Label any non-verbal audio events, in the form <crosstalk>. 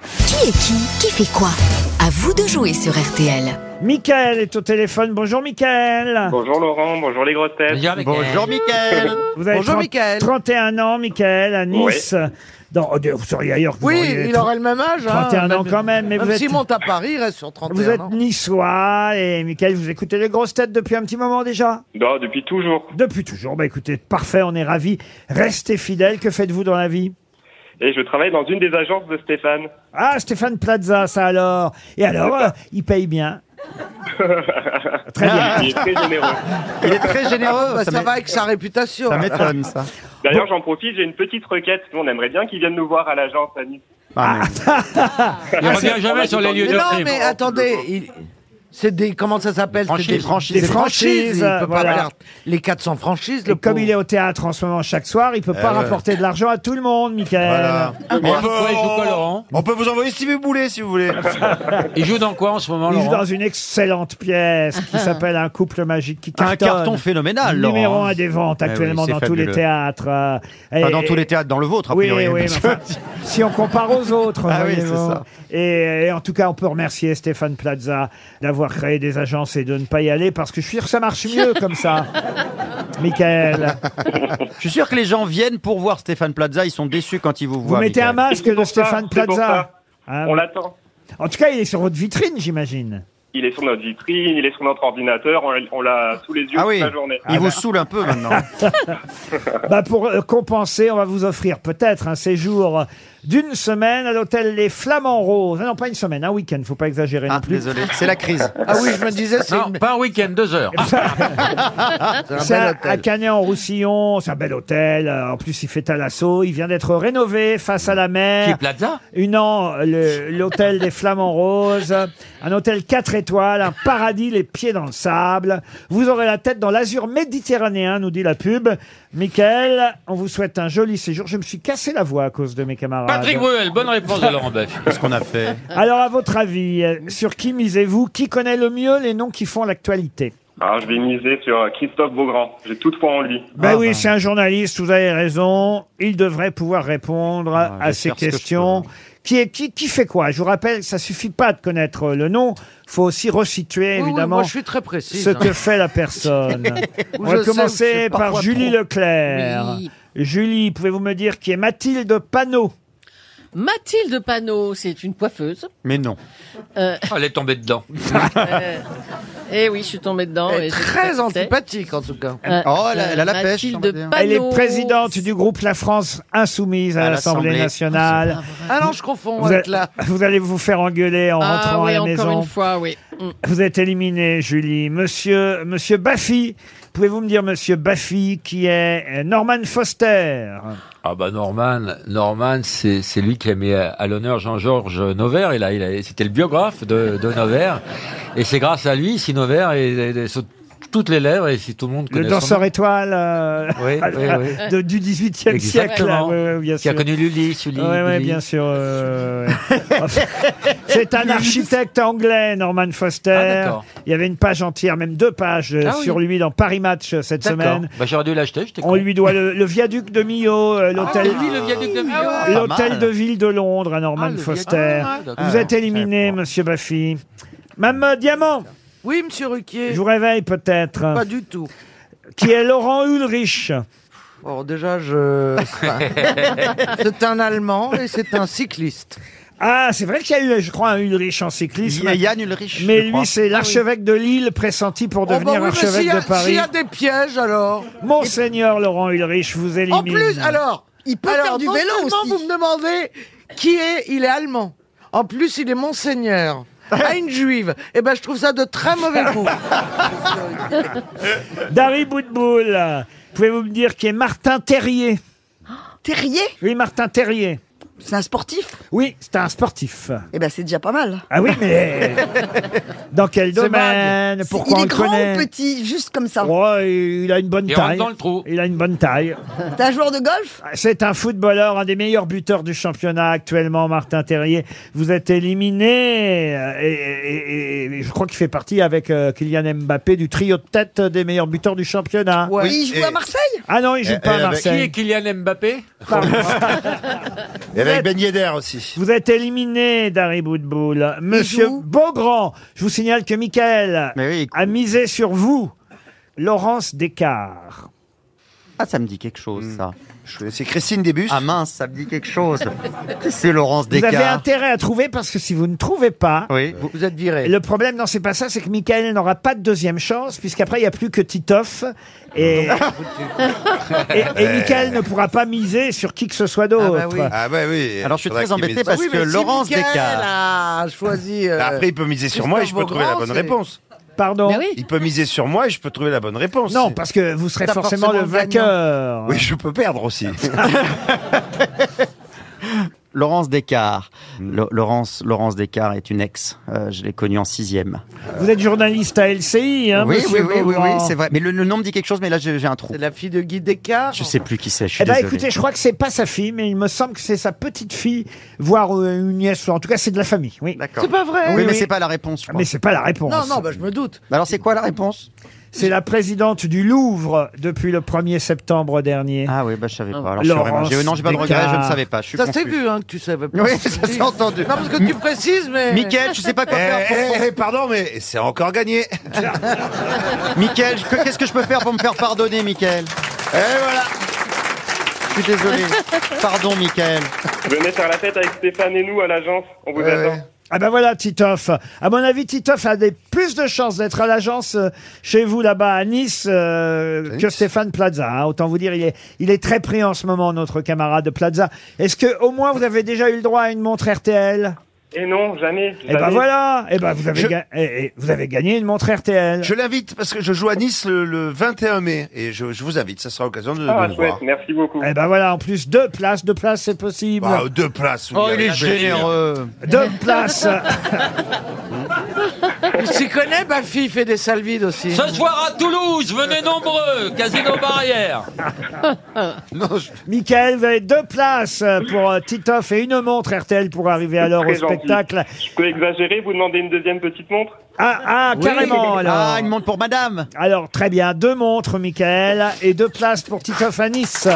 Qui est qui Qui fait quoi À vous de jouer sur RTL. Michael est au téléphone. Bonjour Michael. Bonjour Laurent, bonjour les grosses têtes. Bonjour Mickaël Vous avez Bonjour 30 Mickaël 31 ans, Michael, à Nice. Dans- oh, Dieu, vous seriez ailleurs. que vous Oui, auriez il aurait le même âge. hein. 31 ans quand même, mais même vous êtes- s'il monte à Paris, il reste sur Vous 31 êtes ans. <laughs> niçois et Michael, vous écoutez les grosses têtes depuis un petit moment déjà Non, Bah, depuis toujours. Depuis toujours. Bah écoutez, parfait, on est ravis. Restez fidèles. Que faites-vous dans la vie Et je travaille dans une des agences de Stéphane. Ah, Stéphane Plaza, ça alors Et alors, euh, il paye <laughs> bien Très bien. Ah, Il est très généreux. Il est très généreux. Bah, ça, ça m'é- va avec sa réputation. ça m'étonne, ça. D'ailleurs, j'en profite, j'ai une petite requête. Nous, on aimerait bien qu'ils viennent nous voir à l'agence à Nice. Ah, Bah, mais- Il revient jamais sur les lieux mais de non, crime. mais attendez, il- c'est des comment ça s'appelle C'est franchises. des franchises. Des Des franchises. Il franchises, peut voilà. pas faire les 400 franchises. Et Le comme pauvre. Eh il est au théâtre en ce moment chaque soir, il peut pas rapporter de l'argent à tout le monde, Michael. Voilà. Mais Ah, On, peut, pourquoi il joue pas, on, Laurent peut vous envoyer si vous voulez, si vous voulez. Il joue dans quoi en ce moment, Il joue Laurent dans une excellente pièce qui s'appelle Un couple magique qui Ah. Un cartonne. carton phénoménal, Laurent. Numéro un des ventes Eh oui, actuellement c'est dans tous les fabuleux. théâtres. euh, Pas et- dans tous les théâtres, dans le vôtre, a Oui, priori. hein, oui, mais parce enfin, que- si on compare aux autres, <laughs> Ah oui, c'est voyez-vous. ça. Et, et en tout cas, on peut remercier Stéphane Plaza d'avoir créé des agences et de ne pas y aller parce que je suis sûr que ça marche mieux comme <laughs> ça. Michael, Je suis sûr que les gens viennent pour voir Stéphane Plaza, ils sont déçus quand ils vous vous voient. mettez un Michael. masque de pour ça, Stéphane c'est pour Plaza. ça. Hein, On l'attend. en tout cas, il est sur votre vitrine, j'imagine. Il est sur notre vitrine, il est sur notre ordinateur, on, on l'a sous les yeux Ah toute oui, la journée. il vous saoule un <laughs> peu maintenant. Bah pour euh, compenser, on va vous offrir peut-être un séjour euh, d'une semaine à l'hôtel Les Flamands Roses. Ah non, pas une semaine, un week-end, faut pas exagérer non Ah, plus. désolé, c'est la crise. Ah oui, je me disais, c'est Non, une- pas un week-end, deux <laughs> heures. Ah, c'est un C'est bel à, à hôtel. Canet-en-Roussillon, c'est un bel hôtel. euh, En plus, il fait à l'assaut. Il vient d'être rénové face à la qui Ah, est mer. Plaza Une an, euh, le- l'hôtel des Flamands Roses. Un hôtel 4 étoiles, un paradis, les pieds dans le sable. Vous aurez la tête dans l'azur méditerranéen, nous dit la pub. Michael, on vous souhaite un joli séjour. Je me suis cassé la voix à cause de mes camarades. Patrick Bruel, bonne réponse de Laurent <laughs> Baffy. Qu'est-ce qu'on a fait Alors, à votre avis, euh, sur qui misez-vous Qui connaît le mieux les noms qui font l'actualité Alors, Ah, je vais miser sur euh, Christophe Beaugrand. J'ai toute foi en lui. Ben Ah, oui, ben. c'est un journaliste, vous avez raison. Il devrait pouvoir répondre je à vais ces faire ce Ah, que je questions. Qui, est, qui, qui fait quoi Je vous rappelle, ça suffit pas de connaître euh, le nom. faut aussi resituer, Oui, oui, évidemment, moi, je suis très hein. précis. ce que fait la <laughs> personne. On va je sais, je commencer sais par parfois Julie trop. Leclerc. Oui. Julie, pouvez-vous me dire qui est Mathilde Panot Mathilde Panot, c'est une coiffeuse. Mais non. Ah, Elle est tombée dedans. Eh oui, je suis tombée dedans. Elle et est je sais très pas qui c'est. antipathique, en tout cas. Euh, Oh, elle a- elle a la pêche, j'ai envie de Mathilde dire. Panot. Elle est présidente du groupe La France Insoumise à, À l'Assemblée l'Assemblée. nationale. Ah non, je confonds Vous, avec allez- la... vous allez vous faire engueuler en Ah rentrant oui, à la encore maison. une fois, oui. Mm. Vous êtes éliminé, Julie. Monsieur, monsieur Baffy, pouvez-vous me dire, monsieur Baffy, qui est euh, Norman Foster Ah bah Norman, Norman, c'est c'est lui qui a mis à, à l'honneur Jean-Georges Nover. Il a, il a- c'était le biographe de, de Nover, et c'est grâce à lui si Nover est, est- est sur toutes les lèvres et si tout le monde connaît Le son danseur nom. étoile euh, Oui, oui, oui. de- du 18e siècle. là. Exactement. Ouais, ouais, bien qui a sûr. connu Lully, Lully. Ouais, ouais, Lully. bien sûr. euh, ouais. <laughs> C'est un architecte anglais, Norman Ah, Foster. d'accord. Il y avait une page entière, même deux pages euh, Ah oui. sur lui dans Paris Match euh, cette D'accord. semaine. Bah, j'aurais dû l'acheter, j'étais On lui doit le, le viaduc de Millau, euh, l'hôtel. lui, le viaduc de Millau. Ah, pas L'hôtel mal. de ville de Londres à Ah, Norman le Foster. viaduc. Ah, d'accord. Vous êtes Ah, éliminé, je savais pas. monsieur Baffy. Mme Diamant, Oui, monsieur Ruquier. je vous réveille peut-être. Pas du tout. Qui est Laurent Ulrich Bon, <laughs> déjà, je... c'est un Allemand et c'est un cycliste. Ah, c'est vrai qu'il y a eu, je crois, un Ulrich en cyclisme. Il y a Yann Ulrich. Mais je crois. lui, c'est l'archevêque de Lille pressenti pour Oh, bah devenir oui, mais s'il archevêque y a- de Paris. S'il y a des pièges, alors... Monseigneur Laurent Ulrich vous élimine. En plus, alors, il peut faire du vélo aussi. vous me demandez qui est, il est allemand. En plus, il <laughs> est monseigneur. À une juive. Eh ben, je trouve ça de très mauvais goût. Dari Boudboul, pouvez-vous me dire qui est Martin Terrier Terrier Oui, Martin Terrier. C'est un sportif Oui, c'est un sportif. Eh ben c'est déjà pas mal. Ah oui, <laughs> mais dans quel domaine Pourquoi il on est le grand connaît ou petit, juste comme ça Ouais, il a une bonne Il rentre taille. dans le trou. Il a une bonne taille. T'es un joueur de golf Ah, C'est un footballeur, un des meilleurs buteurs du championnat actuellement, Martin Terrier. Vous êtes éliminé. euh, Et, et- et- et je crois qu'il fait partie avec euh, Kylian Mbappé du trio de tête des meilleurs buteurs du championnat. Ouais. Il joue et- à Marseille Ah non, il joue Et- pas et à avec- Qui est Marseille. Kylian Mbappé Et avec êtes- Ben Yedder aussi. Vous êtes éliminé, Dari Boudboul. Monsieur Bisous. Beaugrand, je vous signale que Michael Mais oui, a misé sur vous. Laurence Descartes. ah, ça me dit quelque chose, ça. Je- C'est Christine Débus. Ah mince, ça me dit quelque chose. C'est Laurence Vous avez Descartes. intérêt à trouver parce que si vous ne trouvez pas, Oui, vous, vous êtes viré. le problème, non, c'est pas ça, c'est que Michael n'aura pas de deuxième chance, puisqu'après, il n'y a plus que Titoff. <laughs> Et, et, et Michael ne pourra pas miser sur qui que ce soit d'autre. Ah bah oui. Ah ouais, oui. Alors, je suis Faudra très qu'il embêté mette- Bah parce que Laurence Descartes- a choisi. Bah, euh, Après, il peut miser sur moi et je peux Christophe trouver la Beaugrand, bonne c'est- réponse. Pardon. Mais oui. Il peut miser sur moi et je peux trouver la bonne réponse. Non, parce que vous serez T'as forcément, le forcément le gagnant. vainqueur. Oui, je peux perdre aussi. Ah, Laurence Descartes. Lo- Laurence, Laurence Descartes est une ex. Euh, je l'ai connue en sixième. Vous êtes journaliste à LCI, hein, oui, oui, monsieur oui, oui, Beaugrand. oui, c'est vrai. Mais le, le nom me dit quelque chose, mais là, j'ai j'ai un trou. C'est la fille de Guy Descartes. Je sais plus qui c'est, je suis Eh ben, désolé. écoutez, je crois que c'est pas sa fille, mais il me semble que c'est sa petite fille, voire euh, une nièce, ou en tout cas, c'est de la famille. Oui. D'accord. C'est pas vrai. Oui, Oui, mais oui. Ah, c'est pas la réponse, je Mais crois. c'est pas la réponse. Non, non, bah, je me doute. Alors, c'est quoi la réponse C'est la présidente du Louvre depuis le 1er septembre dernier. Ah oui, bah, je savais pas. Alors, je suis Laurence vraiment- j'ai- Non, j'ai pas de regret, je Descartes. ne savais pas. Je suis Ça s'est confus. vu, hein, que tu savais pas. Oui, <laughs> ça s'est entendu. Non, parce que tu précises, mais. Mickaël, je sais pas Eh, quoi faire. pour- eh, eh, pardon, mais c'est encore gagné. Mickaël, je- que- qu'est-ce que je peux faire pour me faire pardonner, Mickaël Et voilà. Je <laughs> suis désolé. Pardon, Mickaël. Venez faire la fête avec Stéphane et nous à l'agence. On vous Ouais, attend. ouais. Ah ben voilà, Titoff. À mon avis, Titoff a des plus de chances d'être à l'agence euh, chez vous là-bas à Nice euh, que Stéphane Plaza. hein. Autant vous dire, il est, il est très pris en ce moment, notre camarade Plaza. Est-ce que au moins vous avez déjà eu le droit à une montre RTL Et non, jamais. Eh ben jamais. voilà. Eh ben vous avez, Je- ga- eh, eh, vous avez gagné une montre RTL. Je l'invite parce que je joue à Nice le, le 21 mai et je, je vous invite. Ça sera l'occasion de, de Ah, nous chouette, voir. merci beaucoup. Eh ben voilà, en plus deux places, deux places, c'est possible. Bah, deux places. oui, avec plaisir. Oh, généreux. Deux places. Il s'y connaît, ma fille fait des salles vides aussi. Ce soir à Toulouse, venez nombreux, Casino Barrière. Michael, vous avez deux places euh, pour euh, Titoff et une montre RTL pour arriver à l'heure au Très gentil. spectacle. Je peux exagérer, vous demandez une deuxième petite montre Ah, ah carrément alors. Ah, une montre pour madame. Alors, très bien, deux montres, Michael, et deux places pour Titoff à Nice.